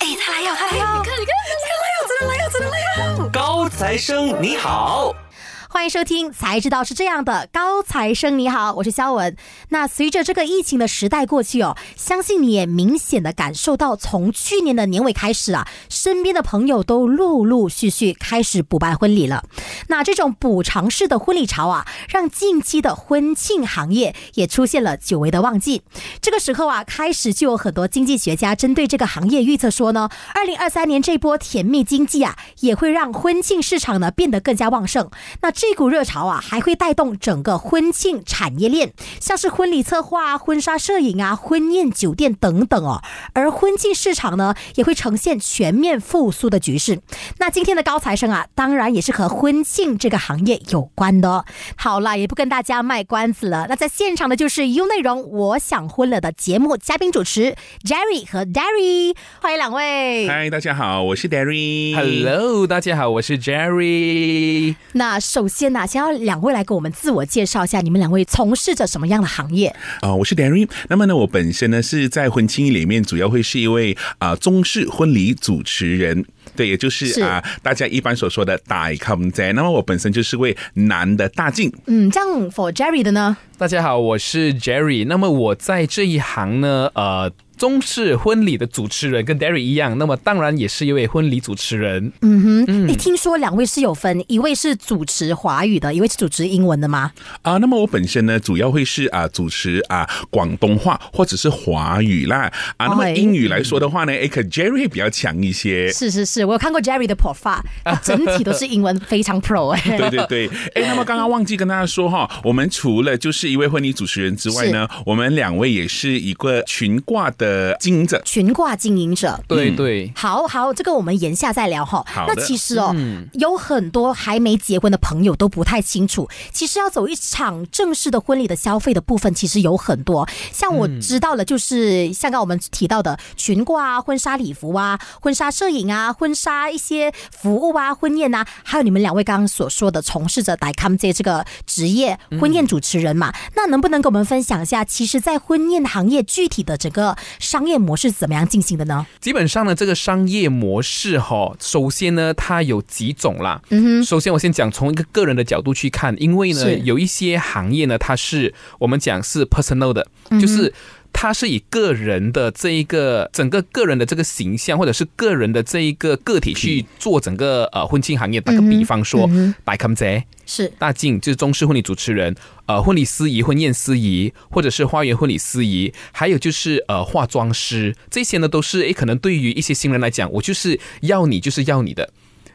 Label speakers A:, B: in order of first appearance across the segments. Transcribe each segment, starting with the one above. A: 来哎呀，他来呀！你看，你看，他来呀，真的来呀，真的来呀！
B: 高材生你好，
C: 欢迎收听《才知道是这样的》，高材生你好，我是肖文。那随着这个疫情的时代过去哦，相信你也明显的感受到，从去年的年尾开始啊，身边的朋友都陆陆续续开始补办婚礼了。那这种补偿式的婚礼潮啊，让近期的婚庆行业也出现了久违的旺季。这个时候啊，开始就有很多经济学家针对这个行业预测说呢，二零二三年这波甜蜜经济啊，也会让婚庆市场呢变得更加旺盛。那这股热潮啊，还会带动整个婚庆产业链，像是婚礼策划啊、婚纱摄影啊、婚宴酒店等等哦。而婚庆市场呢，也会呈现全面复苏的局势。那今天的高材生啊，当然也是和婚庆这个行业有关的、哦。好啦，也不跟大家卖关子了。那在现场的就是优内容《我想婚了》的节目嘉宾主持 Jerry 和 Derry，欢迎两位。
D: 嗨，大家好，我是 Derry。
B: Hello，大家好，我是 Jerry。
C: 那首先呢、先要两位来给我们自我介绍一下，你们两位从事着什么样的行业？
D: 啊、我是 Derry。那么呢，我本身呢是在婚庆里面主要会是一位啊、中式婚礼主持人。对，也就是
C: 是
D: 啊、大家一般所说的大 come 在。那么我本身就是位男的大进，
C: 嗯，这样 for Jerry 的呢？
B: 大家好，我是 Jerry。那么我在这一行呢，呃，中式婚礼的主持人跟 Derry 一样，那么当然也是一位婚礼主持人。
C: 嗯哼，一听说两位是有分，一位是主持华语的，一位是主持英文的吗？
D: 啊，那么我本身呢，主要会是啊主持啊广东话或者是华语啦啊，那么
C: 哎
D: 英语来说的话呢，哎，可 Jerry 会比较强一些。
C: 是是是，我有看过 Jerry 的 profile，他整体都是英文，非常 pro 哎、
D: 对对对，哎，那么刚刚忘记跟大家说哈，我们除了就是一位婚礼主持人之外呢，我们两位也是一个群挂的经营者。
C: 群挂经营者。
B: 对对，
C: 好好，这个我们言下再聊哈
D: 好。的
C: 那其实哦，有很多还没结婚的朋友都不太清楚，其实要走一场正式的婚礼的消费的部分，其实有很多。像我知道了，就是、像刚我们提到的裙褂啊、婚纱礼服啊、婚纱摄影啊、婚纱一些服务啊、婚宴啊，还有你们两位刚刚所说的从事着 d i c o m 这个职业婚宴主持人嘛，那能不能给我们分享一下，其实，在婚宴行业具体的整个商业模式是怎么样进行的呢？
B: 基本上呢，这个商业模式哈、首先呢，它有几种啦。
C: 嗯
B: 首先，我先讲从一个个人的角度去看，因为呢
C: 是，
B: 有一些行业呢，它是我们讲是 personal 的，
C: 嗯
B: 就是。它是以个人的这一个整个个人的这个形象，或者是个人的这一个个体去做整个呃婚庆行业。打个比方说，白康贼、
C: 嗯哼，是。
B: 大靖就是中式婚礼主持人，呃，婚礼司仪、婚宴司仪，或者是花园婚礼司仪，还有就是呃化妆师，这些呢都是诶，可能对于一些新人来讲，我就是要你就是要你的，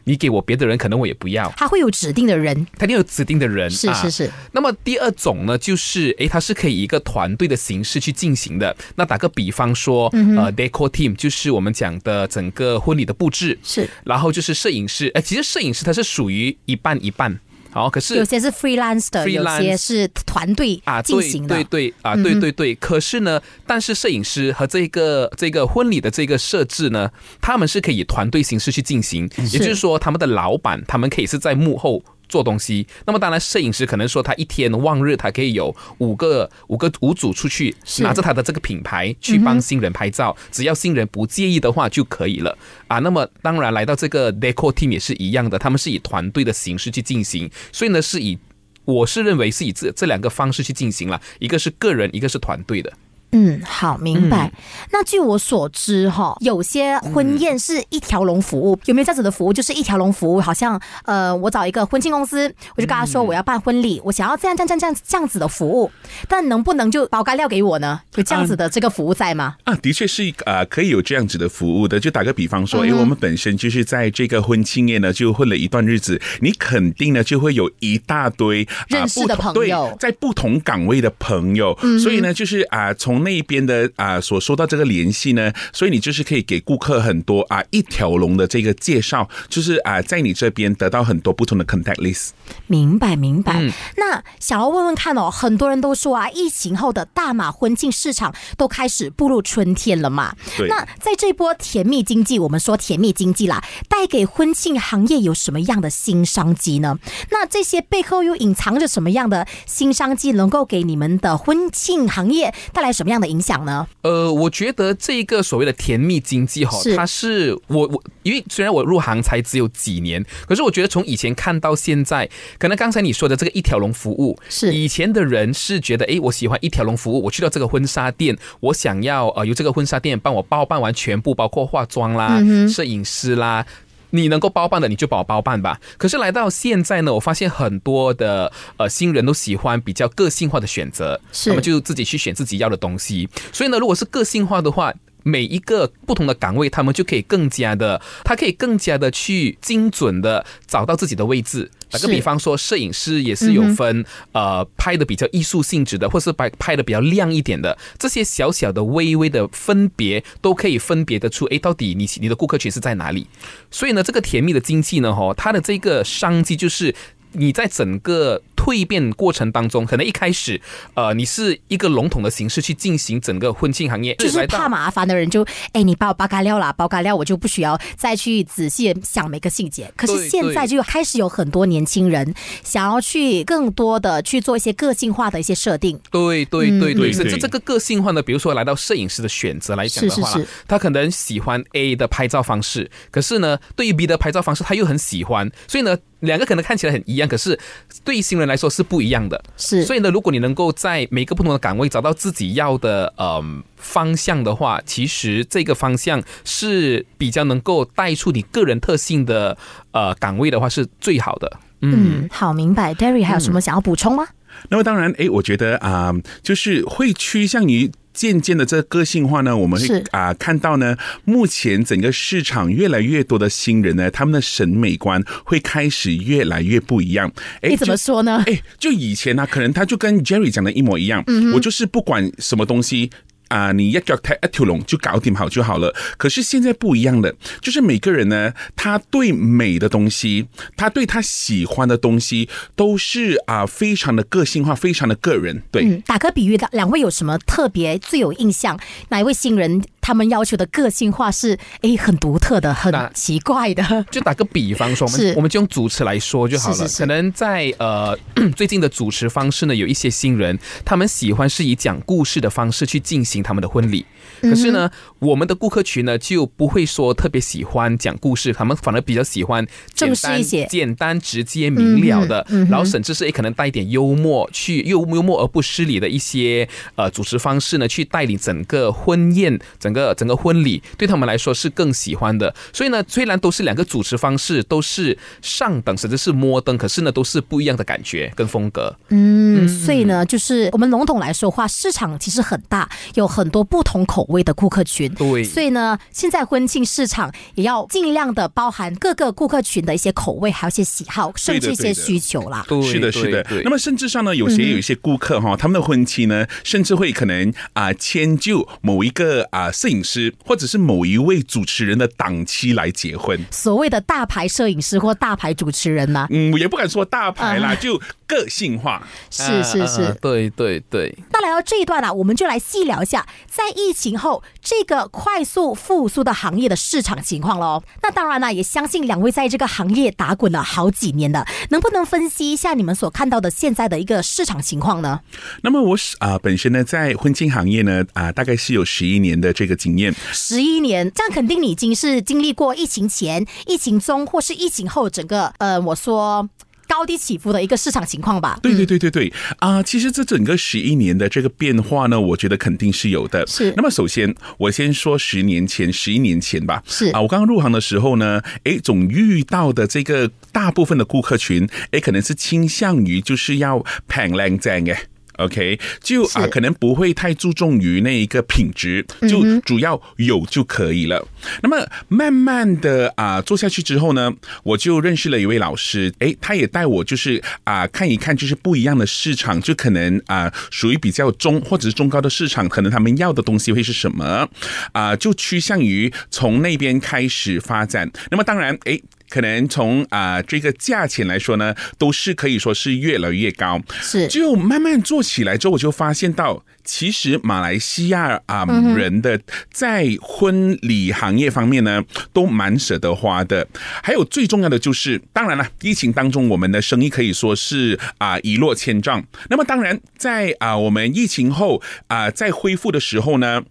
B: 你给我别的人可能我也不要，
C: 他会有指定的人，
B: 他一定有指定的人，
C: 是是
B: 啊
C: 是，
B: 那么第二种呢，就是诶，它是可以以一个团队的形式去进行的。那打个比方说，
C: 嗯
B: 呃，decor team 就是我们讲的整个婚礼的布置，
C: 是
B: 然后就是摄影师，诶，其实摄影师它是属于一半一半。好，可
C: 有
B: 是。
C: 些是 freelance 的，有
B: freelance
C: 些是团队
B: 啊，
C: 进
B: 对
C: 行的。嗯
B: 对对啊，对对对。可是呢，但是摄影师和这个这个婚礼的这个设置呢，他们是可以以团队形式去进行，也就是说，他们的老板他们可以是在幕后。做东西，那么当然，摄影师可能说他一天望日，他可以有五个五个五组出去，
C: 是
B: 拿着他的这个品牌去帮新人拍照，只要新人不介意的话就可以了啊。那么当然，来到这个 decor team 也是一样的，他们是以团队的形式去进行，所以呢是以我是认为是以这这两个方式去进行了，一个是个人，一个是团队的。
C: 嗯，好，明白。那据我所知，哈，有些婚宴
B: 嗯
C: 是一条龙服务，有没有这样子的服务？就是一条龙服务，好像呃，我找一个婚庆公司，我就跟他
B: 嗯
C: 说我要办婚礼，我想要这样这样这样这样这样子的服务，但能不能就包干料给我呢？有这样子的
B: 嗯
C: 这个服务在吗？
D: 啊，的确是啊，可以有这样子的服务的。就打个比方
C: 嗯
D: 说，因为我们本身就是在这个婚庆业呢，就混了一段日子，你肯定呢就会有一大堆、啊、
C: 认识的
D: 不同
C: 朋友嗯
D: 对在不同岗位的朋友，所以呢，就是啊，从那边的啊所收到这个联系呢，所以你就是可以给顾客很多啊一条龙的这个介绍，就是啊在你这边得到很多不同的 contact list。
C: 明白明白。那想要问问看哦，很多人都说啊，疫情后的大马婚庆市场都开始步入春天了嘛。
D: 对
C: 那在这波甜蜜经济，我们说甜蜜经济啦，带给婚庆行业有什么样的新商机呢？那这些背后又隐藏着什么样的新商机，能够给你们的婚庆行业带来什么样？么样的影响呢？
B: 呃，我觉得这个所谓的甜蜜经济哈
C: 是，
B: 它是我我因为虽然我入行才只有几年，可是我觉得从以前看到现在，可能刚才你说的这个一条龙服务，
C: 是
B: 以前的人是觉得诶，我喜欢一条龙服务，我去到这个婚纱店，我想要呃由这个婚纱店帮我包办完全部，包括化妆啦、
C: 嗯
B: 摄影师啦。你能够包办的，你就帮我包办吧。可是来到现在呢，我发现很多的呃新人都喜欢比较个性化的选择，
C: 是
B: 他们就自己去选自己要的东西。所以呢，如果是个性化的话，每一个不同的岗位，他们就可以更加的，他可以更加的去精准的找到自己的位置。打个
C: 是
B: 比方说，摄影师也
C: 嗯
B: 是有分，呃，拍的比较艺术性质的，或是拍拍的比较亮一点的，这些小小的、微微的分别，都可以分别得出，诶，到底你你的顾客群是在哪里？所以呢，这个甜蜜的经济呢，哈，它的这个商机就是你在整个蜕变过程当中，可能一开始，呃，你是一个笼统的形式去进行整个婚庆行业，
C: 就是
B: 来到
C: 怕麻烦的人就，哎，你帮我包干料啦，包干料我就不需要再去仔细地想每个细节。可是
B: 对
C: 现在
B: 对
C: 就开始有很多年轻人想要去更多的去做一些个性化的一些设定，
B: 对对
C: 嗯
B: 对
D: 对
B: 对，是
D: 对
B: 这这个个性化呢，比如说来到摄影师的选择来讲的话
C: 是是
B: 啦
C: 是，
B: 他可能喜欢 A 的拍照方式，可是呢，对于 B 的拍照方式他又很喜欢，所以呢，两个可能看起来很一样，可是对于新人来说是不一样的。
C: 是
B: 所以呢，如果你能够在每个不同的岗位找到自己要的嗯方向的话，其实这个方向是比较能够带出你个人特性的呃岗位的话是最好的。
C: 嗯，好明白。Derry 还有什么想要补充吗？
D: 那么当然，诶，我觉得啊、就是会趋向于。渐渐的，这个个性化呢，我们会
C: 是
D: 啊、看到呢，目前整个市场越来越多的新人呢，他们的审美观会开始越来越不一样。诶
C: 你怎么
D: 就
C: 说呢？
D: 哎、就以前呢、可能他就跟 Jerry 讲的一模一样，我就是不管什么东西。啊、你一脚踢一条龙就搞定好就好了。可是现在不一样了，就是每个人呢，他对美的东西，他对他喜欢的东西，都是啊、非常的个性化，非常的个人。对，
C: 嗯，打个比喻，两两位有什么特别最有印象？哪一位新人他们要求的个性化是哎很独特的、很
B: 那
C: 奇怪的？
B: 就打个比方说，我
C: 是
B: 们我们就用主持来说就好了。
C: 是是是
B: 可能在呃 最近的主持方式呢，有一些新人，他们喜欢是以讲故事的方式去进行他们的婚礼。
C: 嗯
B: 可是呢，我们的顾客群呢就不会说特别喜欢讲故事，他们反而比较喜欢简
C: 正式
B: 单
C: 一些
B: 简单直接明了的，然后甚至是也可能带一点幽默，去又幽默而不失礼的一些呃主持方式呢，去带领整个婚宴、整个整个婚礼，对他们来说是更喜欢的。所以呢，虽然都是两个主持方式，都是上等甚至是摩登，可是呢，都是不一样的感觉跟风格。
C: 嗯，所以呢，就是我们笼统来说话，市场其实很大，有很多不同口味的顾客群。
B: 对
C: 所以呢，现在婚庆市场也要尽量的包含各个顾客群的一些口味，还有一些喜好，甚
D: 对的
C: 至一些
D: 对的
C: 需求啦。
B: 对，
D: 是的，
B: 对
D: 是的
B: 对。
D: 那么甚至上呢，有些有一些顾客哈，他们的婚期呢，甚至会可能啊迁就某一个啊摄影师，或者是某一位主持人的档期来结婚。
C: 所谓的大牌摄影师或大牌主持人呢、
D: 嗯，也不敢说大牌啦，就个性化。
C: 是是
D: 嗯
C: 是。
B: 啊啊啊对对对。
C: 那来到这一段呢、啊我们就来细聊一下，在疫情后这个快速复苏的行业的市场情况喽。那当然呢、啊也相信两位在这个行业打滚了好几年了，能不能分析一下你们所看到的现在的一个市场情况呢？
D: 那么我是啊、本身呢在婚庆行业呢啊、大概是有十一年的这个经验。
C: 十一年，这样肯定你已经是经历过疫情前、疫情中或是疫情后整个呃，我说高低起伏的一个市场情况吧。
D: 对对对对对啊、其实这整个十一年的这个变化呢，我觉得肯定是有的。
C: 是
D: 那么首先我先说十年前、十一年前吧。
C: 是
D: 啊，我刚刚入行的时候呢，诶，总遇到的这个大部分的顾客群，诶，可能是倾向于就是要平靓正诶。OK，就啊，
C: 是嗯
D: 可能不会太注重于那一个品质，就主要有就可以了。那么慢慢的啊做下去之后呢，我就认识了一位老师，诶，他也带我就是啊看一看就是不一样的市场，就可能啊属于比较中或者是中高的市场，可能他们要的东西会是什么啊，就趋向于从那边开始发展。那么当然，诶。可能从啊、这个价钱来说呢，都是可以说是越来越高。
C: 是
D: 就慢慢做起来之后，我就发现到，其实马来西亚啊人的在婚礼行业方面呢，都蛮舍得花的。还有最重要的就是，当然了，疫情当中我们的生意可以说是啊一落千丈。那么当然，在啊我们疫情后啊在恢复的时候呢，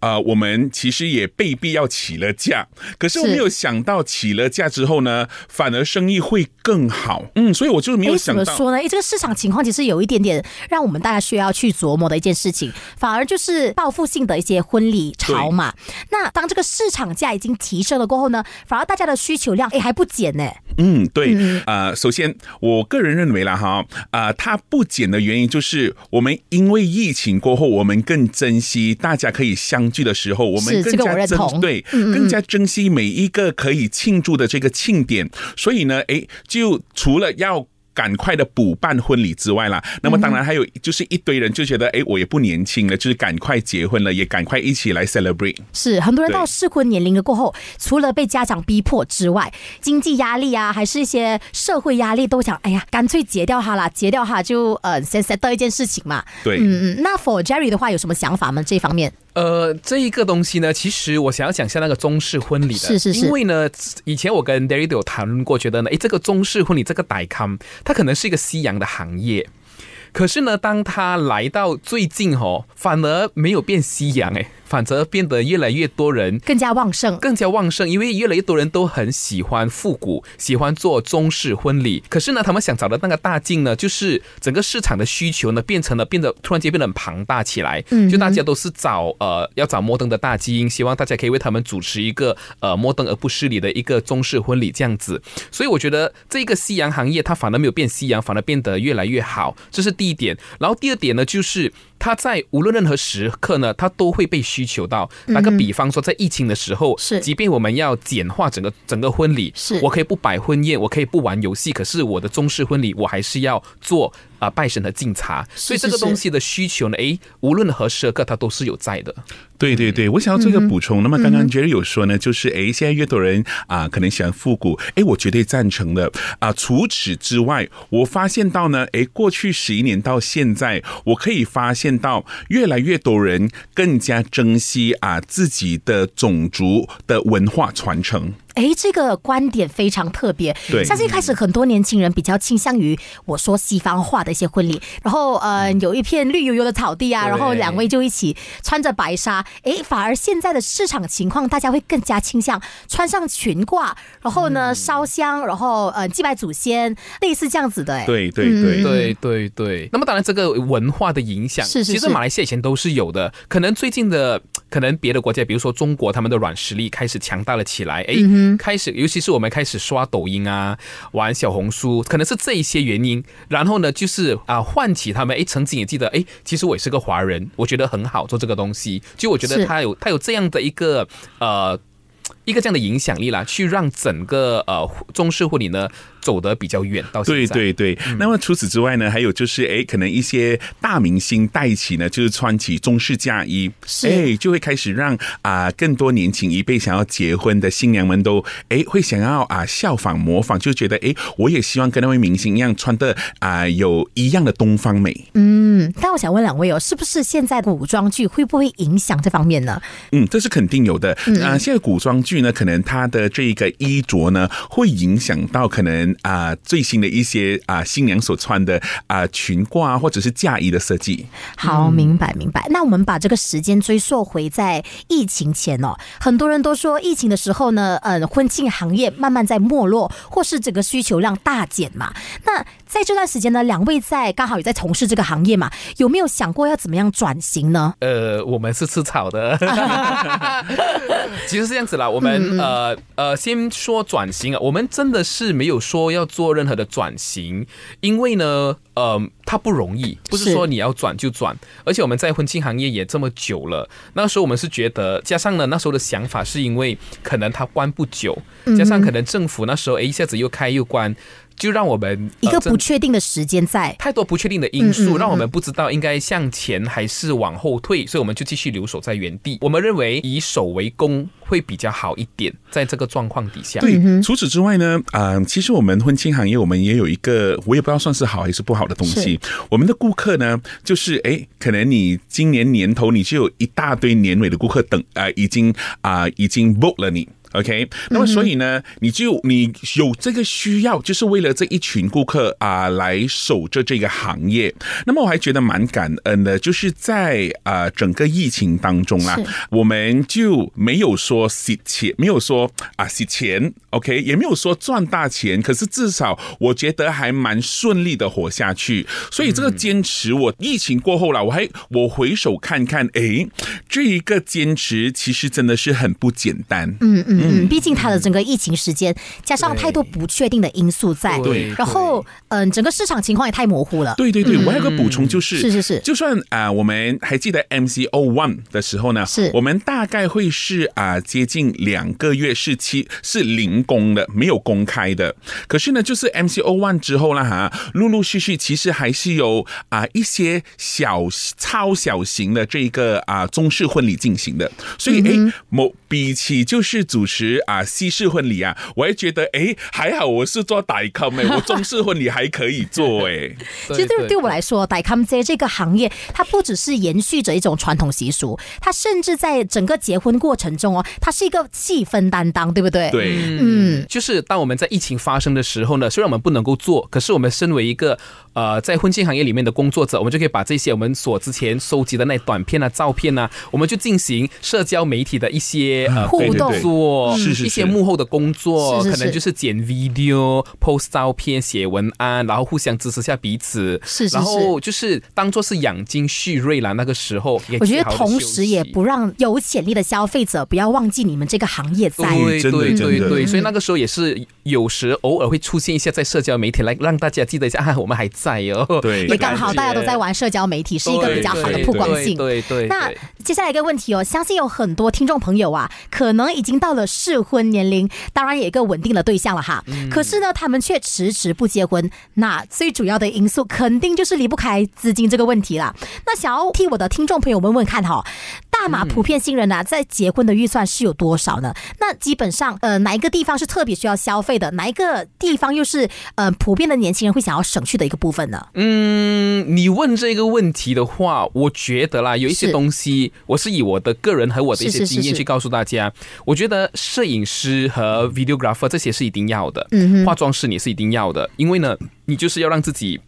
D: 啊我们其实也被必要起了价，可是我
C: 是
D: 没有想到起了价之后呢，反而生意会更好。嗯，所以我就是没有
C: 诶怎
D: 想
C: 么
D: 到。
C: 说呢？诶这个市场情况其实有一点点让我们大家需要去琢磨的一件事情，反而就是报复性的一些婚礼潮嘛。那当这个市场价已经提升了过后呢，反而大家的需求量诶还不减呢。
D: 嗯，对，呃，首先我个人认为啦，哈，啊，它不减的原因就是我们因为疫情过后，我们更珍惜大家可以相聚的时候，我
C: 是
D: 们更
C: 这个我
D: 加
C: 认
D: 珍
C: 同嗯
D: 对，更加珍惜每一个可以庆祝的这个庆典。所以呢，诶，就除了要。赶快的补办婚礼之外啦，那么当然还有就是一堆人就觉得，诶，我也不年轻了，就是赶快结婚了，也赶快一起来 celebrate。
C: 是很多人到
D: 对
C: 适婚年龄了过后，除了被家长逼迫之外，经济压力啊，还是一些社会压力，都想哎呀，干脆结掉它啦，结掉它就呃先 set 到一件事情嘛。
D: 对，
C: 嗯嗯，那 for Jerry 的话有什么想法吗？这方面
B: 呃，这一个东西呢，其实我想要讲一下那个中式婚礼的，
C: 是是是
B: 因为呢，以前我跟 Derry 都有谈论过，觉得呢，诶，这个中式婚礼这个 d i c o m 它可能是一个西洋的行业。可是呢，当它来到最近哦，反而没有变西洋诶，反而变得越来越多人
C: 更加旺盛。
B: 更加旺盛，因为越来越多人都很喜欢复古，喜欢做中式婚礼。可是呢，他们想找的那个大镜呢，就是整个市场的需求呢，变成了变得突然间变得很庞大起来。嗯，就大家都是找呃要找摩登的大金，希望大家可以为他们主持一个呃摩登而不失礼的一个中式婚礼这样子。所以我觉得这个西洋行业它反而没有变西洋，反而变得越来越好，这是第一点。然后第二点呢，就是它在无论任何时刻呢，它都会被需求到。打个比方说，在疫情的时候，
C: 嗯是
B: 即便我们要简化整个整个婚礼，
C: 是
B: 我可以不摆婚宴，我可以不玩游戏，可是我的中式婚礼我还是要做啊、拜神和敬茶，所以
C: 是
B: 这个
C: 是
B: 东西的需求呢，诶，无论何时刻它都是有在的。
D: 对对对，我想要做一个补充。那么刚刚 Jerry 有说呢，就是诶，现在越多人啊、可能喜欢复古，诶，我绝对赞成的啊、除此之外，我发现到呢，诶，过去十一年到现在，我可以发现到越来越多人更加珍惜啊、自己的种族的文化传承。
C: 诶，这个观点非常特别。
D: 对
C: 相信开始很多年轻人比较倾向于我说西方化的一些婚礼，然后呃
D: 嗯
C: 有一片绿油油的草地啊，
B: 对
C: 然后两位就一起穿着白纱。诶，反而现在的市场情况，大家会更加倾向穿上裙褂，然后
D: 嗯
C: 呢烧香，然后呃祭拜祖先，类似这样子的。诶，嗯
D: 对对对。
B: 对对对。那么当然，这个文化的影响，
C: 是是
B: 其实
C: 是
B: 马来西亚以前都是有的，可能最近的，可能别的国家，比如说中国，他们的软实力开始强大了起来，哎，
C: 嗯
B: 开始，尤其是我们开始刷抖音啊，玩小红书，可能是这一些原因。然后呢，就是啊，唤起他们，哎，曾经也记得，哎，其实我也是个华人，我觉得很好做这个东西，就我觉
C: 是
B: 得他有他有这样的一个呃。一个这样的影响力啦，去让整个呃中式婚礼呢走得比较远到现在。
D: 对对对，
C: 嗯
D: 那么除此之外呢，还有就是，哎，可能一些大明星带起呢，就是穿起中式嫁衣，
C: 是
D: 哎，就会开始让啊、更多年轻一辈想要结婚的新娘们都，哎，会想要啊、效仿模仿，就觉得，哎，我也希望跟那位明星一样穿的啊、有一样的东方美。
C: 嗯，但我想问两位哦，是不是现在古装剧会不会影响这方面呢？
D: 嗯，这是肯定有的。啊、现在古装剧呢，可能它的这个衣着呢，会影响到可能啊、最新的一些啊、新娘所穿的啊、裙褂啊，或者是嫁衣的设计。
C: 好，
B: 嗯
C: 明白明白。那我们把这个时间追溯回在疫情前哦，很多人都说疫情的时候呢，呃，婚庆行业慢慢在没落，或是整个需求量大减嘛。那在这段时间呢，两位在刚好也在从事这个行业嘛，有没有想过要怎么样转型呢？
B: 呃，我们是吃 草的，其实是这样子啦。我
C: 嗯
B: 们呃呃，先说转型啊，我们真的是没有说要做任何的转型，因为呢，呃，它不容易，不
C: 是
B: 是说你要转就转。而且我们在婚庆行业也这么久了，那时候我们是觉得，加上呢那时候的想
C: 嗯
B: 法是因为可能它关不久，加上可能政府那时候哎一下子又开又关，就让我们
C: 一个
B: 呃真
C: 不确定的时间在。
B: 太多不确定的因
C: 嗯
B: 素，让我们不知道应该向前还是往后退，所以我们就继续留守在原地。我们认为以守为攻会比较好一点，在这个状况底下。
D: 对，除此之外呢，啊、其实我们婚庆行业，我们也有一个，我也不知道算是好还是不好的东西。我们的顾客呢，就是诶，可能你今年年头你就有一大堆年尾的顾客等啊、呃已经啊、已经 book 了你。OK，那么所以呢，你就你有这个需要，就是为了这一群顾客啊、来守着这个行业。那么我还觉得蛮感恩的，就是在啊、整个疫情当中啊啦
C: 是，
D: 我们就没有说洗钱，没有说啊洗钱，OK，也没有说赚大钱，可是至少我觉得还蛮顺利的活下去。所以这个坚持，我疫情过后啦，我还我回首看看，诶，这一个坚持其实真的是很不简单。嗯，
C: 嗯嗯嗯，毕竟它的整个疫情时间，加上
B: 对
C: 太多不确定的因素在，
B: 对
C: 然后嗯，整个市场情况也太模糊了。
D: 对对对，我还有个补充嗯就是，
C: 是是是
D: 就算啊、我们还记得 MCO One 的时候呢，
C: 是
D: 我们大概会是啊、接近两个月是期是零工的，没有公开的。可是呢，就是 MCO One 之后啦哈，陆陆续续其实还是有啊、一些小超小型的这个啊、中式婚礼进行的，所
C: 嗯
D: 以诶，某比起就是主持啊、西式婚礼啊，我还觉得诶，还好我是做代购诶，我中式婚礼还可以做诶。
C: 其实对对我来说，傣康街这个行业，它不只是延续着一种传统习俗，它甚至在整个结婚过程中哦，它是一个气氛担当，对不 对？，
D: 对。
C: 嗯，
B: 就是当我们在疫情发生的时候呢，虽然我们不能够做，可是我们身为一个呃在婚庆行业里面的工作者，我们就可以把这些我们所之前收集的那短片啊、照片啊，我们就进行社交媒体的一些呃
C: 互动
B: 工作，
D: 是是是
B: 一些幕后的工作，
C: 是是是
B: 可能就是剪 video、post 照片、写文案，然后互相支持下彼此，
C: 是是是
B: 然后就是当做是养精蓄锐啦。那个时候，也
C: 我觉得
B: 可以好好地
C: 同
B: 休
C: 时也
B: 息
C: 不让有潜力的消费者不要忘记你们这个行业在。
B: 对
D: 嗯真的
B: 对
D: 真
B: 对
D: 的
B: 对，所以
C: 嗯
B: 那个时候也是有时偶尔会出现一下在社交媒体来让大家记得一下啊，我们还在哦。
D: 对
C: 也刚好大家都在玩社交媒体，是一个比较好的曝光性。
B: 对对对对
C: 那
B: 对
C: 接下来一个问题哦，相信有很多听众朋友啊，可能已经到了适婚年龄，当然也有一个稳定的对象了哈。
B: 嗯
C: 可是呢，他们却迟迟不结婚，那最主要的因素肯定就是离不开资金这个问题啦。那想要替我的听众朋友们问看哈、大
B: 嗯
C: 马普遍新人啊，在结婚的预算是有多少呢？那基本上，呃，哪一个地方是特别需要消费的？哪一个地方又是呃普遍的年轻人会想要省去的一个部分呢？
B: 嗯，你问这个问题的话，我觉得啦，有一些
C: 是
B: 东西，我是以我的个人和我的一
C: 是
B: 些
C: 是是
B: 经验
C: 是
B: 去告诉大家。我觉得摄影师
C: 嗯
B: 和 videographer 这些是一定要的，
C: 嗯哼，
B: 化妆师你是一定要的，因为呢，你就是要让自己。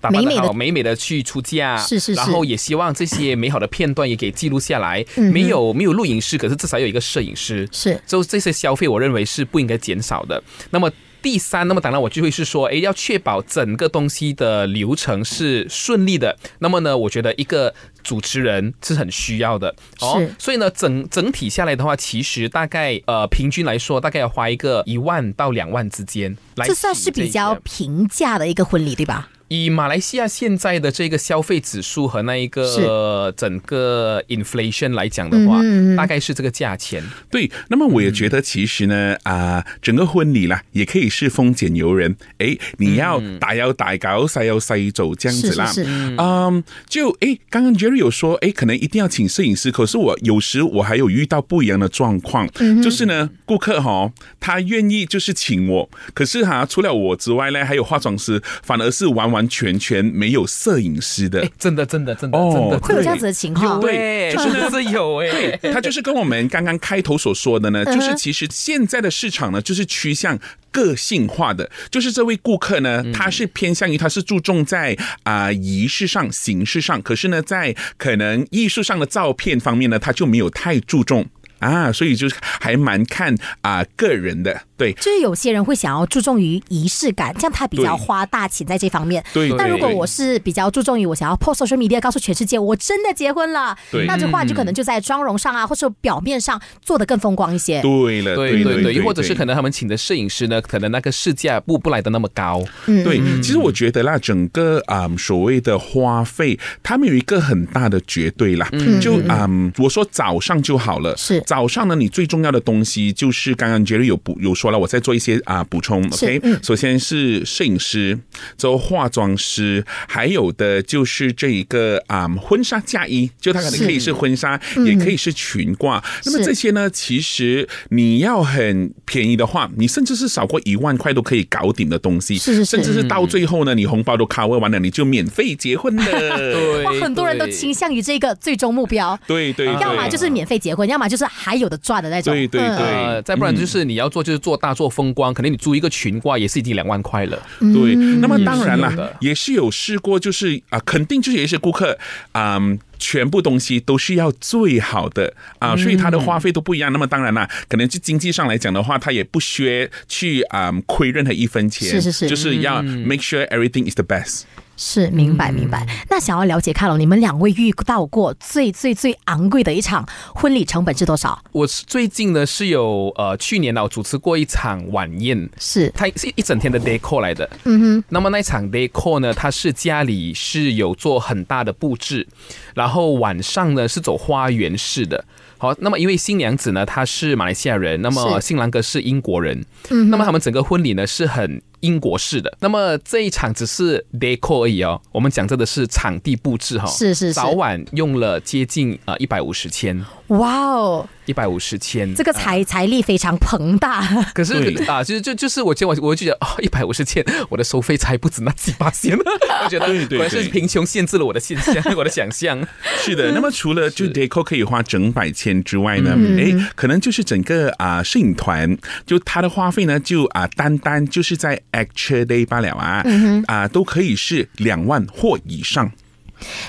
B: 打扮得
C: 美美
B: 好，
C: 地
B: 美美的去出嫁，
C: 是是是
B: 然后也希望这些美好的片段也给记录下来。
C: 嗯哼
B: 没有没有录影师，可是至少有一个摄影师，
C: 是。
B: 就这些消费，我认为是不应该减少的。那么第三，那么当然我就会是说，诶，要确保整个东西的流程是顺利的。那么呢，我觉得一个主持人是很需要的哦
C: 是。
B: 所以呢，整整体下来的话，其实大概呃平均来说，大概要花一个一万到两万之间来洗
C: 这
B: 个。
C: 算是比较平价的一个婚礼，对吧？
B: 以马来西亚现在的这个消费指数和那一个呃整个 inflation 来讲的
C: 嗯
B: 话，大概是这个价钱。
D: 对，那么我也觉得其实呢，啊、整个婚礼啦，也可以是丰俭由人。
C: 嗯
D: 诶，你要大摇大搞，塞要塞走这样子啦。
C: 是是是，
D: 嗯，就诶，刚刚 Jerry 有说，诶，可能一定要请摄影师，可是我有时我还有遇到不一样的状况，
C: 嗯
D: 就是呢，顾客哈、他愿意就是请我，可是哈、除了我之外呢，还有化妆师，反而是完完全全没有摄影师的
B: 哎。，真的，真的，真的，
D: 哦
B: 真的，
C: 会有这样子的情
B: 哦
C: 况。
D: 对
B: 对，真的是有哎、
D: 它就是跟我们刚刚开头所说的呢，
C: 嗯哼
D: 就是其实现在的市场呢，就是趋向。个性化的，就是这位顾客呢，
B: 嗯
D: 他是偏向于他是注重在啊、仪式上、形式上，可是呢，在可能艺术上的照片方面呢，他就没有太注重啊，所以就是还蛮看啊、个人的，对
C: 就是有些人会想要注重于仪式感，这样他比较
D: 对
C: 花大钱在这方面。
D: 对。
C: 那
D: 对
C: 如果
D: 对
C: 我是比较注重于我想要 post social media 告诉全世界我真的结婚了，
D: 对
C: 那这话就可能
D: 嗯
C: 就在妆容上啊，或者表面上做的更风光一些。
D: 对了，
B: 呃对
D: 对
B: 对对，或者是可能他们请的摄影师呢，可能那个试驾不不来的那么高，
C: 嗯
D: 对，其实我觉得啦，整个啊、嗯所谓的花嗯费，他们有一个很大的绝对啦，就啊、嗯我说早上就好了，
C: 嗯是
D: 早上呢，你最重要的东西就是刚刚 Jerry 有补有说了，我再做一些啊补充。
C: 是
D: OK，
C: 嗯
D: 首先是摄影师，之后化妆师，还有的就是这一个啊、婚纱嫁衣，就它可能可以是婚纱，也可以是裙褂。那么
C: 嗯是
D: 这些呢，其实你要很便宜的话，你甚至是少过一万块都可以搞定的东西，
C: 是是是
D: 甚至是到最后呢，你红包都 cover 完了，你就免费结 婚了。
B: 对
C: 哇，很多人都
B: 对
C: 倾向于这个最终目标，
D: 对对对，
C: 啊要么就是免费结婚，要么就是还有的赚的那种。
D: 对对
C: 嗯
D: 对
B: 呃，再不然就是你要做就是做大做风光，可能你租一个裙褂也是已经两万块了。
D: 对，
C: 嗯
D: 那么当然
B: 是有
D: 啦
B: 的，
D: 也是有试过，就是啊、肯定就是有一些顾客啊、全部东西都是要最好的啊、
C: 嗯
D: 所以他的花费都不一样。那么当然啦，可能就经济上来讲的话，他也不缺去啊、亏任何一分钱，
C: 是是是嗯
D: 就是要 make sure everything is the best。
C: 是明白明白。
D: 嗯
C: 那想要了解看了，你们两位遇到过最最最昂贵的一场婚礼成本是多少？
B: 我是最近呢是有呃去年呢我主持过一场晚宴，
C: 是
B: 它是一整天的 day call 来的。嗯哼。那么那一场 day call 呢，它是家里是有做很大的布置，然后晚上呢是走花园式的。好，那么因为新娘子呢她是马来西亚人，那么
C: 是
B: 新郎哥是英国人，那么他们整个婚礼呢是很。英国式的，那么这一场只是 decor 而已哦。我们讲这的是场地布置哈、哦，
C: 是是是
B: 早晚用了接近呃一百五十千，
C: 哇哦，
B: 一百五十千，
C: 这个财
D: 嗯
C: 财力非常庞大。
B: 可是
D: 对
B: 啊，就是就就是我今天我我就觉得啊，一百五十千，我的收费才不止那几八千，我觉得
D: 对对对嗯
B: 果然是贫穷限制了我的现象， 我的想象。
D: 是的，那么除了就 Deco 可以花整百千之外呢，诶，可能就是整个啊、摄影团，就它的花费呢，就啊、单单就是在 Actual Day 罢了啊，啊、都可以是两万或以上。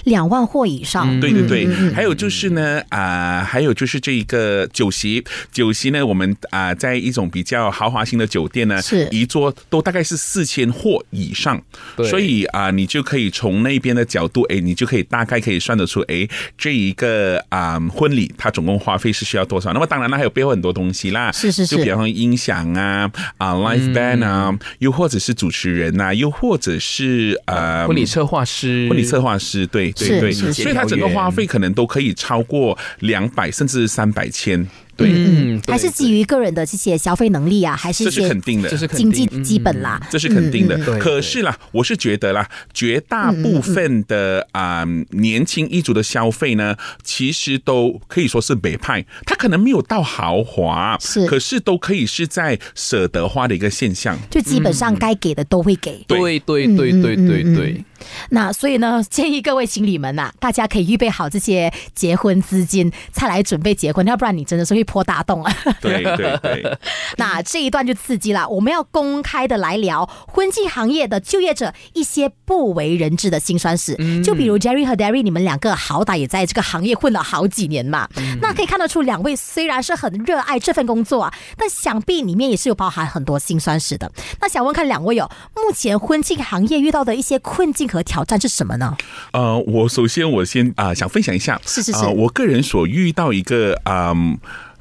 C: 两万或以上，嗯
D: 嗯对对对，还有就是呢，啊、还有就是这一个酒席，酒席呢，我们啊、在一种比较豪华型的酒店呢，
C: 是
D: 一桌都大概是四千或以上，
B: 对
D: 所以啊、你就可以从那边的角度，哎，你就可以大概可以算得出，哎，这一个啊、婚礼它总共花费是需要多少？那么当然了，还有背后很多东西啦，
C: 是是嗯是
D: 就比方说音响啊，啊、l i v e band 啊，又或者是主持人呐、又或者是呃
B: 婚礼策划师，
D: 婚礼策划师，对对
C: 是
D: 对，
C: 是
D: 所以它整个花费可能都可以超过两百甚至三百千，对，
B: 嗯，对
C: 还是基于个人的这些消费能力啊，还是一
D: 这是
C: 些
D: 肯定的
B: 这。是肯
C: 经
B: 定
C: 济
B: 嗯
C: 基本啦。
D: 这是肯定的，
B: 对嗯
D: 可是啦，我是觉得啦，绝大部分的啊、年轻一族的消费呢，其实都可以说是北派，它可能没有到豪华，
C: 是
D: 可是都可以是在舍得花的一个现象。
C: 就基本
D: 嗯
C: 上该给的都会给。
B: 对对对对对
C: 嗯嗯
B: 对，
C: 那所以呢，建议各位情侣们呐、大家可以预备好这些结婚资金，再来准备结婚，要不然你真的是会破大洞啊。
D: 对对 对，
C: 那这一段就刺激了，我们要公开的来聊婚庆行业的就业者一些不为人知的辛酸史。就比如 Jerry 和 Derry，你们两个好歹也在这个行业混了好几年嘛，那可以看得出两位虽然是很热爱这份工作啊，但想必里面也是有包含很多辛酸史的。那想问看两位哦，目前婚庆行业遇到的一些困境和挑战是什么呢？
D: 呃，我首先我先啊、想分享一下，
C: 是是是
D: 啊我个人所遇到一个啊，嗯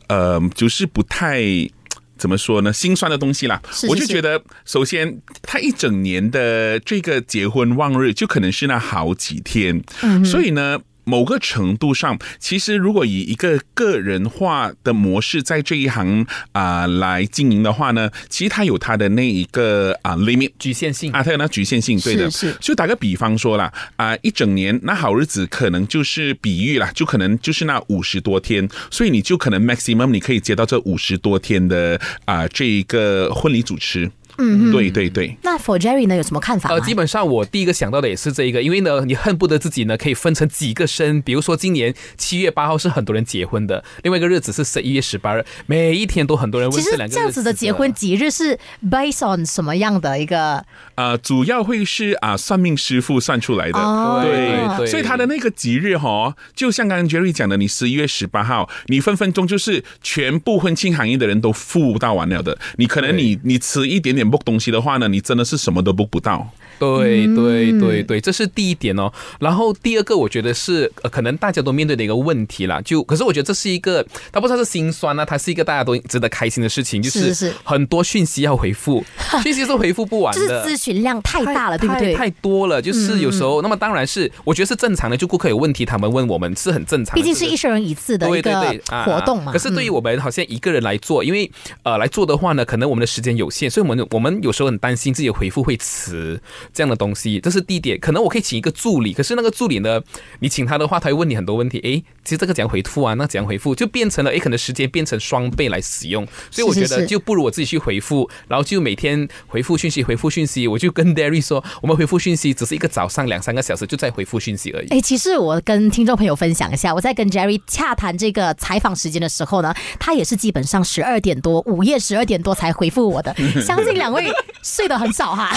D: 呃，就是不太。怎么说呢？心酸的东西啦，
C: 是是
D: 我就是觉得，首先，他一整年的这个结婚望日，就可能是那好几天，所以呢，某个程度上，其实如果以一个个人化的模式在这一行啊、来经营的话呢，其实它有它的那一个啊、limit，
B: 局限性
D: 啊，它有那局限性，对的。
C: 是是
D: 就打个比方说啦，啊、一整年那好日子可能就是比喻啦，就可能就是那五十多天，所以你就可能 maximum 你可以接到这五十多天的啊、这一个婚礼主持。嗯，对对对。
C: 那 For Jerry 呢，有什么看法吗？
B: 呃，基本上我第一个想到的也是这一个，因为呢，你恨不得自己呢可以分成几个身，比如说今年七月八号是很多人结婚的，另外一个日子是十一月十八日，每一天都很多人
C: 其
B: 问
C: 实
B: 这两个
C: 这样
B: 日
C: 子的结婚几日是 based on 什么样的一个？
D: 啊，主要会是啊、算命师傅算出来的，
C: 哦
B: 对对
D: 所以他的那个吉日哈，就像刚刚 Jerry 讲的，你十一月十八号，你分分钟就是全部婚庆行业的人都付到完了的，你可能你你迟一点点点 book 东西的话呢，你真的是什么都 book 不到。
B: 对对对
C: 嗯
B: 对，这是第一点哦。然后第二个，我觉得是呃，可能大家都面对的一个问题啦。就可是我觉得这是一个，它不知道是心酸呢、啊它是一个大家都值得开心的事情，就是
C: 是
B: 很多讯息要回 复，讯息是回复不完
C: 就是
B: 的。
C: 咨询量太大了，对不
B: 太
C: 对？嗯
B: 太多了，就是有时候，那么当然是，我觉得是正常的。就顾客有问题，他们问我们是很正常的，
C: 毕竟是一生人一次的
B: 对
C: 一
B: 对
C: 个
B: 对啊
C: 活动嘛。
B: 可是对于
C: 嗯
B: 我们好像一个人来做，因为呃来做的话呢，可能我们的时间有限，所以我们我们有时候很担心自己的回复会迟这样的东西，这是第一点。可能我可以请一个助理，可是那个助理呢，你请他的话，他会问你很多问题，诶，其实这个怎样回复啊，那怎样回复，就变成了诶，可能时间变成双倍来使用，所以我
C: 是
B: 觉
C: 是
B: 得
C: 是
B: 就不如我自己去回复，然后就每天回复讯息，回复讯息，我就跟 Derry 说，我们回复讯息只是一个早上两三个小时就在回复讯息而已。
C: 哎，其实我跟听众朋友分享一下，我在跟 Jerry 洽谈这个采访时间的时候呢，他也是基本上十二点多，午夜十二点多才回复 我的。相信两位睡得很少哈。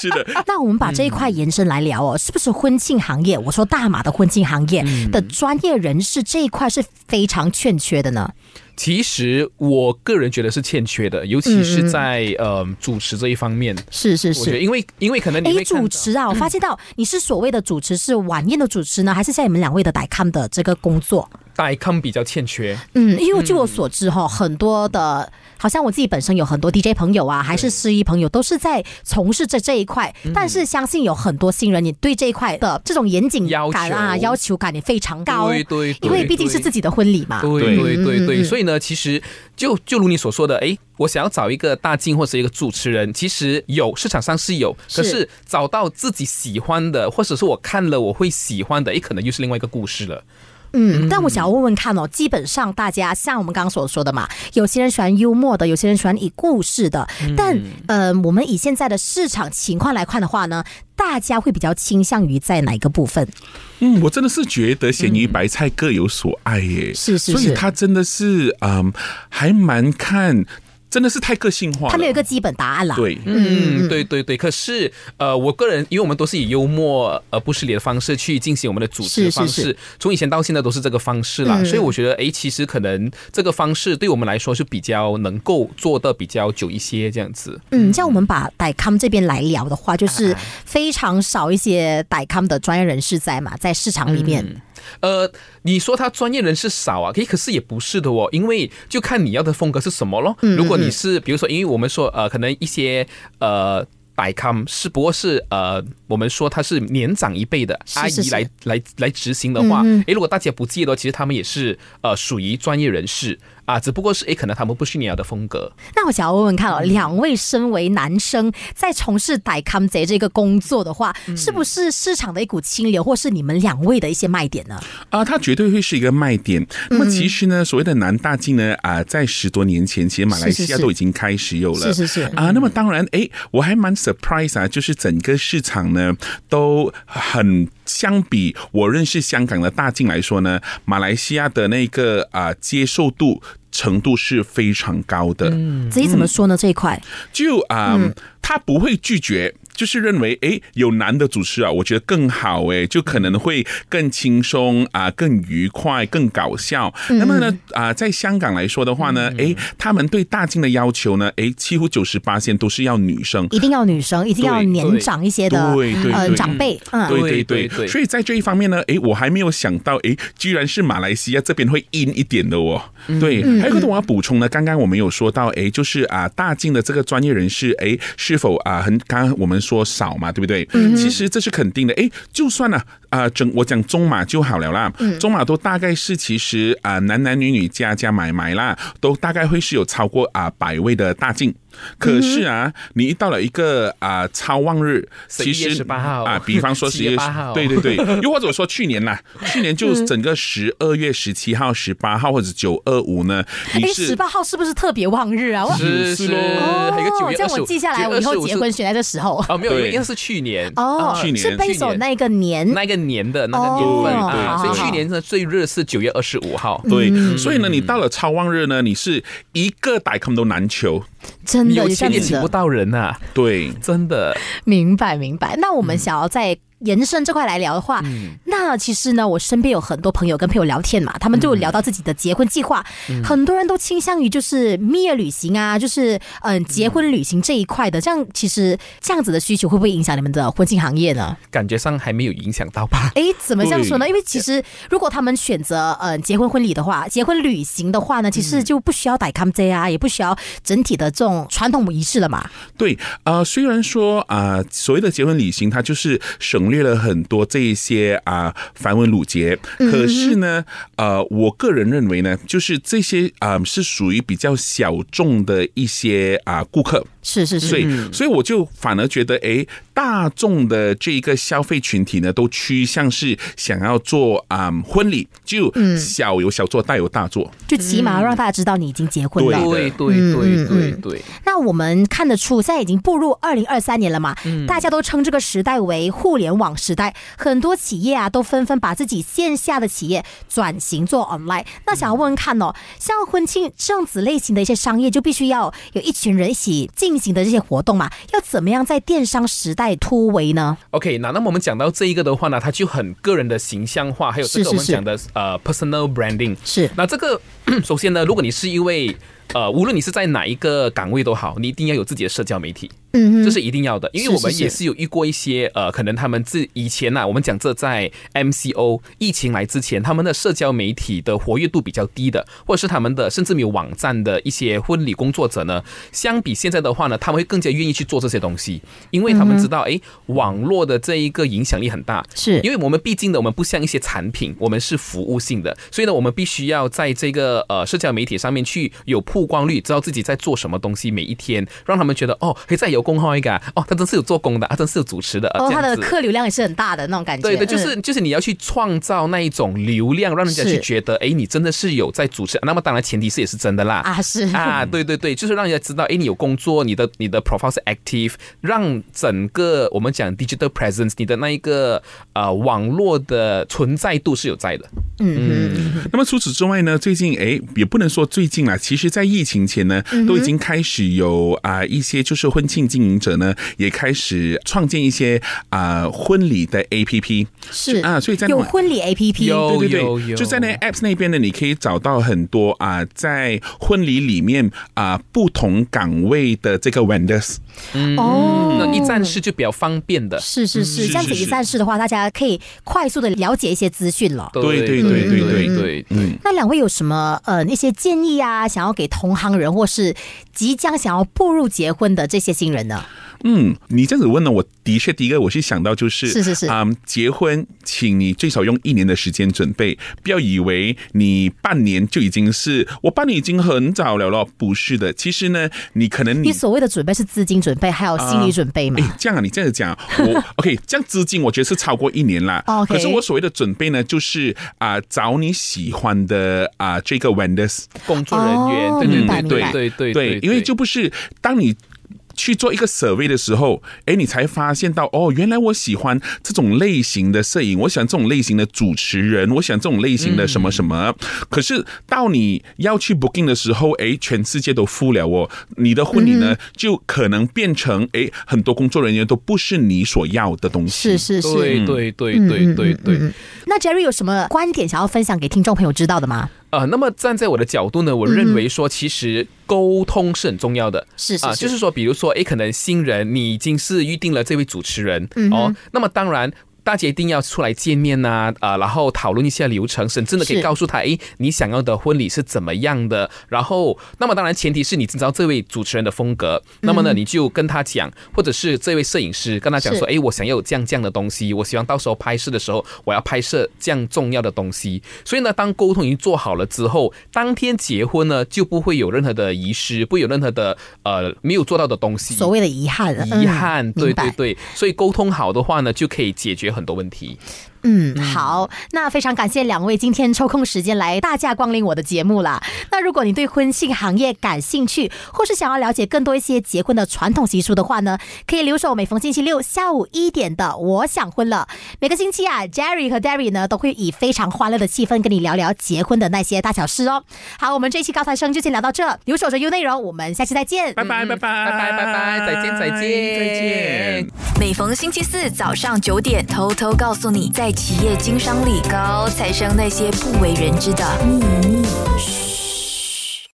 D: 是的，
C: 那我们把这一块延伸来聊哦，是不是婚庆行业？我说大马的婚庆行业
B: 嗯
C: 的专业人士这一块是非常欠缺的呢？
B: 其实我个人觉得是欠缺的，尤其是在呃主持这一方面，
C: 是是
B: 我觉得
C: 嗯是。
B: 因为因为可能你
C: 哎，
B: 会看到
C: 主持啊，我发现到你是所谓的主持是晚宴的主持呢，还是像你们两位的 d 康的这个工作？
B: 代康比较欠缺，
C: 嗯，因为据我所知哈，很多的，好像我自己本身有很多 DJ 朋友啊，还是司仪朋友，都是在从事着这一块。但是相信有很多新人，你对这一块的这种严谨
B: 要
C: 感啊、
B: 求
C: 要求感也非常高，
B: 对对对
C: 因为毕竟是自己的婚礼嘛。嗯
B: 对对对
C: 嗯
B: 对，
C: 嗯
B: 所以呢，其实就就如你所说的，诶，我想要找一个大镜或者一个主持人，其实有市场上是有，可
C: 是
B: 是找到自己喜欢的，或者是我看了我会喜欢的，诶，可能又是另外一个故事了。
C: 嗯，但我想要问问看哦，基本上大家像我们刚刚所说的嘛，有些人喜欢幽默的，有些人喜欢以故事的，
D: 嗯
C: 但呃，我们以现在的市场情况来看的话呢，大家会比较倾向于在哪一个部分？
D: 嗯，我真的是觉得咸鱼白菜各有所爱耶，
C: 嗯是是
D: 所以
C: 是
D: 他真的是嗯，还蛮看，真的是太个性化了，
C: 他们有一个基本答案啦。
D: 对，
B: 嗯，对对对。可是呃，我个人，因为我们都是以幽默而不失礼的方式去进行我们的主
C: 是
B: 持
C: 是
B: 方式，
C: 是
B: 从以前到现在都是这个方式啦。
C: 嗯
B: 所以我觉得，诶，其实可能这个方式对我们来说是比较能够做的比较久一些，这样子。
C: 嗯，像我们把傣康这边来聊的话，就是
D: 啊
C: 非常少一些傣康的专业人士在嘛，在市场里面，
B: 呃，你说他专业人士少啊，可可是也不是的哦，因为就看你要的风格是什么咯。
C: 嗯
B: 如果你是比如说，因为我们说呃，可能一些呃。摆康是，不过是呃，我们说他是年长一辈的
C: 是
B: 阿
C: 是嗯
B: 姨
C: 是
B: 来来来执行的话，诶，如果大家不记得，其实他们也是呃属于专业人士啊，只不过是诶，可能他们不是你要的风格。
C: 那我想要问问看哦，两位身为男生，在从事傣康贼这个工作的话，是不是市场的一股清流，或是你们两位的一些卖点呢？
D: 啊，它绝对会是一个卖点。
C: 嗯
D: 那么其实呢，所谓的南大进呢，啊，在十多年前，其实马来
C: 是是
D: 西亚
C: 是
D: 都已经开始有了。
C: 是是是
D: 啊，那么当然，哎，我还蛮 surprise 啊，就是整个市场呢都很。相比我认识香港的大进来说呢，马来西亚的那个啊、接受度程度是非常高的。
C: 子怡怎么说呢？这一块
D: 就啊、他不会拒绝。就是认为，诶，有男的主持啊，我觉得更好，诶，就可能会更轻松啊、更愉快、更搞笑。那么呢，啊、在香港来说的话呢，诶，他们对大金的要求呢，诶，几乎九十八线都是要女生。
C: 一定要女生，一定要
D: 对
C: 年长一些的
D: 对对
C: 呃
D: 对
C: 长辈，嗯，
D: 对对对
B: 对对
D: 所以在这一方面呢，诶，我还没有想到，诶，居然是马来西亚这边会阴一点的哦。对，还有一个我要补充呢，刚刚我们有说到，诶，就是啊，大进的这个专业人士，诶，是否啊很？刚刚我们说少嘛，对不对？其实这是肯定的，诶，就算呢、啊，整我讲中马就好了啦，中马都大概是其实啊、男男女女加加买买啦，都大概会是有超过啊、百位的大进。可是啊，你一到了一个啊、超旺日，其
B: 11月
D: 实
B: 18号
D: 啊，比方说
B: 7
D: 十
B: 月
D: 月
B: 8号
D: 对对对，又或者我说去年啦，去年就整个十二月十七号、十八号或者九二五呢，你
C: 哎，十
D: 是
C: 八号是不是特别旺日啊？我
B: 是
D: 是
B: 是，
D: 咯
B: 还有一个九
C: 哦
B: 月
C: 这样
B: 二十
C: 我
B: 五，
C: 记下来，
B: 9
C: 我以后结婚
B: 25
C: 选在这时候。
B: 哦，没有，
D: 对
B: 应该是去年
C: 哦，
B: 啊
D: 去年
C: 是贝索那个年，
B: 那个年的那个
C: 嗯哦
B: 年份、
D: 对
B: 啊，
D: 对
B: 所以
D: 对
B: 去年呢最热是九月二十五号。
D: 对，所以呢，你到了超旺日呢，你是一个打 com 都难求，
C: 真
B: 你
C: 的嗯
B: 有
C: 有这
B: 钱
C: 样
B: 也
C: 子
B: 请
C: 的
B: 不到人呐、
D: 对。
B: 啊真的。
C: 明白明白。那我们想要再延伸这块来聊的话，那其实呢，我身边有很多朋友跟朋友聊天嘛，他们就聊到自己的结婚计划，很多人都倾向于就是蜜月旅行啊，就是嗯、结婚旅行这一块的。这样其实这样子的需求会不会影响你们的婚庆行业呢？
B: 感觉上还没有影响到吧？
C: 诶，怎么这样说呢？因为其实如果他们选择嗯、呃结婚婚礼的话，结婚旅行的话呢，其实就不需要带 c o m day 啊，也不需要整体的这种传统仪式了嘛。
D: 对，呃，虽然说啊、呃所谓的结婚旅行，它就是省略了很多这一些啊、繁文缛节，可是呢，呃，我个人认为呢，就是这些啊、呃是属于比较小众的一些啊、顾客，
C: 是是
D: 所
C: 是，
D: 以所以我就反而觉得，哎，大众的这一个消费群体呢，都趋向是想要做啊、呃婚礼，就小有小做，大有大做。
C: 就起码让大家知道你已经结婚了。
D: 对的
B: 对对对对对，
C: 那我们看得出，现在已经步入二零二三年了嘛，大家都称这个时代为互联网时代，很多企业啊都纷纷把自己线下的企业转型做 online。那想要问问看哦，像婚庆这样子类型的一些商业，就必须要有一群人一起进行的这些活动嘛，要怎么样在电商时代突围呢？
B: OK，那那么我们讲到这一个的话呢，它就很个人的形象化，还有
C: 是
B: 这
C: 是
B: 个我们
C: 是
B: 讲的呃 personal branding。
C: 是
B: 那这个 首先呢，如果你是一位呃，无论你是在哪一个岗位都好，你一定要有自己的社交媒体，
C: 嗯
B: 这
C: 哼，
B: 是一定要的。因为
C: 是
B: 我们
C: 是
B: 也是有遇过一些呃，可能他们自以前啊呐、我们讲这在 MCO 疫情来之前，他们的社交媒体的活跃度比较低的，或者是他们的甚至没有网站的一些婚礼工作者呢，相比现在的话呢，他们会更加愿意去做这些东西，因为他
C: 嗯
B: 们知道诶，网络的这一个影响力很大，
C: 是
B: 因为我们毕竟呢，我们不像一些产品，我们是服务性的，所以呢，我们必须要在这个呃社交媒体上面去有曝光率，知道自己在做什么东西，每一天让他们觉得哦，嘿，在有工号一个啊，哦，他真是有做工的，啊，真是有主持的，啊
C: 哦，
B: 这
C: 它
B: 样
C: 的
B: 子。
C: 客流量也是很大的那种感觉。
B: 对对，就
C: 嗯
B: 是就是你要去创造那一种流量，让人家去
C: 是
B: 觉得，哎，你真的是有在主持。那么当然前提是也是真的啦。
C: 啊，是
B: 啊，对对对，就是让人家知道，哎，你有工作，你的你的 profile 是 active，让整个我们讲 digital presence，你的那一个呃网络的存在度是有在的。
C: 嗯
D: 那么除此之外呢，最近诶也不能说最近啦，其实在疫情前呢，
C: 嗯
D: 都已经开始有啊、一些就是婚庆经营者呢，也开始创建一些啊、婚礼的 APP
C: 是
D: 啊，所以在那
C: 有
D: 种
C: 婚礼 A P P，
B: 有
D: 对对
B: 哦有
D: 对，
B: 有
D: 就在那 apps 那边呢，你可以找到很多啊、在婚礼里面啊、不同岗位的这个 vendors。
C: 哦，
B: 嗯那一站式就比较方便的。
C: 是是是，
B: 嗯
D: 是
C: 这样子
D: 是
C: 一
D: 是
C: 站式的话，大家可以快速的了解一些资讯了。
D: 对对对对对
B: 对对。
C: 那两位有什么呃一些建议啊，想要给同行人或是即将想要步入结婚的这些新人呢？
D: 嗯，你这样子问呢，我的确第一个我是想到就是
C: 是是是
D: 啊、结婚，请你最少用一年的时间准备，不要以为你半年就已经是我半年已经很早了咯，不是的，其实呢，你可
B: 嗯
D: 能
C: 你
D: 你。
C: 所谓的准备是资金准备，还有心理准备嘛？
D: 哎，这样啊，你这样子讲， 我 OK，这样资金我觉得是超过一年啦。
C: 哦 OK
D: 可是我所谓的准备呢，就是啊、找你喜欢的啊、这个 vendors，
B: 工作人员，
C: 哦
B: 对
C: 明白
B: 对
C: 明
B: 对
C: 白
B: 对对
D: 对，因为就不是当你。去做一个 survey 的时候，哎，你才发现到哦，原来我喜欢这种类型的摄影，我喜欢这种类型的主持人，我喜欢这种类型的什么什么。可是到你要去 booking 的时候，哎，全世界都 full 了哦，你的婚礼呢、就可能变成哎，很多工作人员都不是你所要的东西。
C: 是是嗯是。
B: 对对对对对对。
C: 那 Jerry 有什么观点想要分享给听众朋友知道的吗？
B: 呃，那么站在我的角度呢，我认为说，其实沟通是很重要的。
C: 是是
B: 啊，就是说，比如说，诶，可能新人你已经是预定了这位主持人、
C: 嗯
B: 哦，那么当然。大家一定要出来见面呐、啊，然后讨论一下流程，甚至呢可
C: 是
B: 以告诉他，诶，你想要的婚礼是怎么样的。然后，那么当然前提是你知道这位主持人的风
C: 嗯
B: 格，那么呢你就跟他讲，或者是这位摄影师跟他讲
C: 是
B: 说，诶，我想要有这样这样的东西，我希望到时候拍摄的时候我要拍摄这样重要的东西。所以呢，当沟通已经做好了之后，当天结婚呢就不会有任何的遗失，不会有任何的呃没有做到的东西。
C: 所谓的遗憾，嗯
B: 遗憾，对
C: 明白
B: 对对，所以沟通好的话呢，就可以解决很多问题。
C: 嗯，好，那非常感谢两位今天抽空时间来大驾光临我的节目啦。那如果你对婚庆行业感兴趣，或是想要了解更多一些结婚的传统习俗的话呢，可以留守每逢星期六下午一点的《我想婚了》。每个星期啊，Jerry 和 Derry 呢都会以非常欢乐的气氛跟你聊聊结婚的那些大小事哦。好，我们这一期高材生就先聊到这，留守着 U 内容，我们下期再见，
D: 嗯拜拜拜拜
B: 拜拜拜拜，再见再见
D: 再见。
E: 每逢星期四早上九点，偷偷告诉你，在企业经商里高材生那些不为人知的秘密。嘘。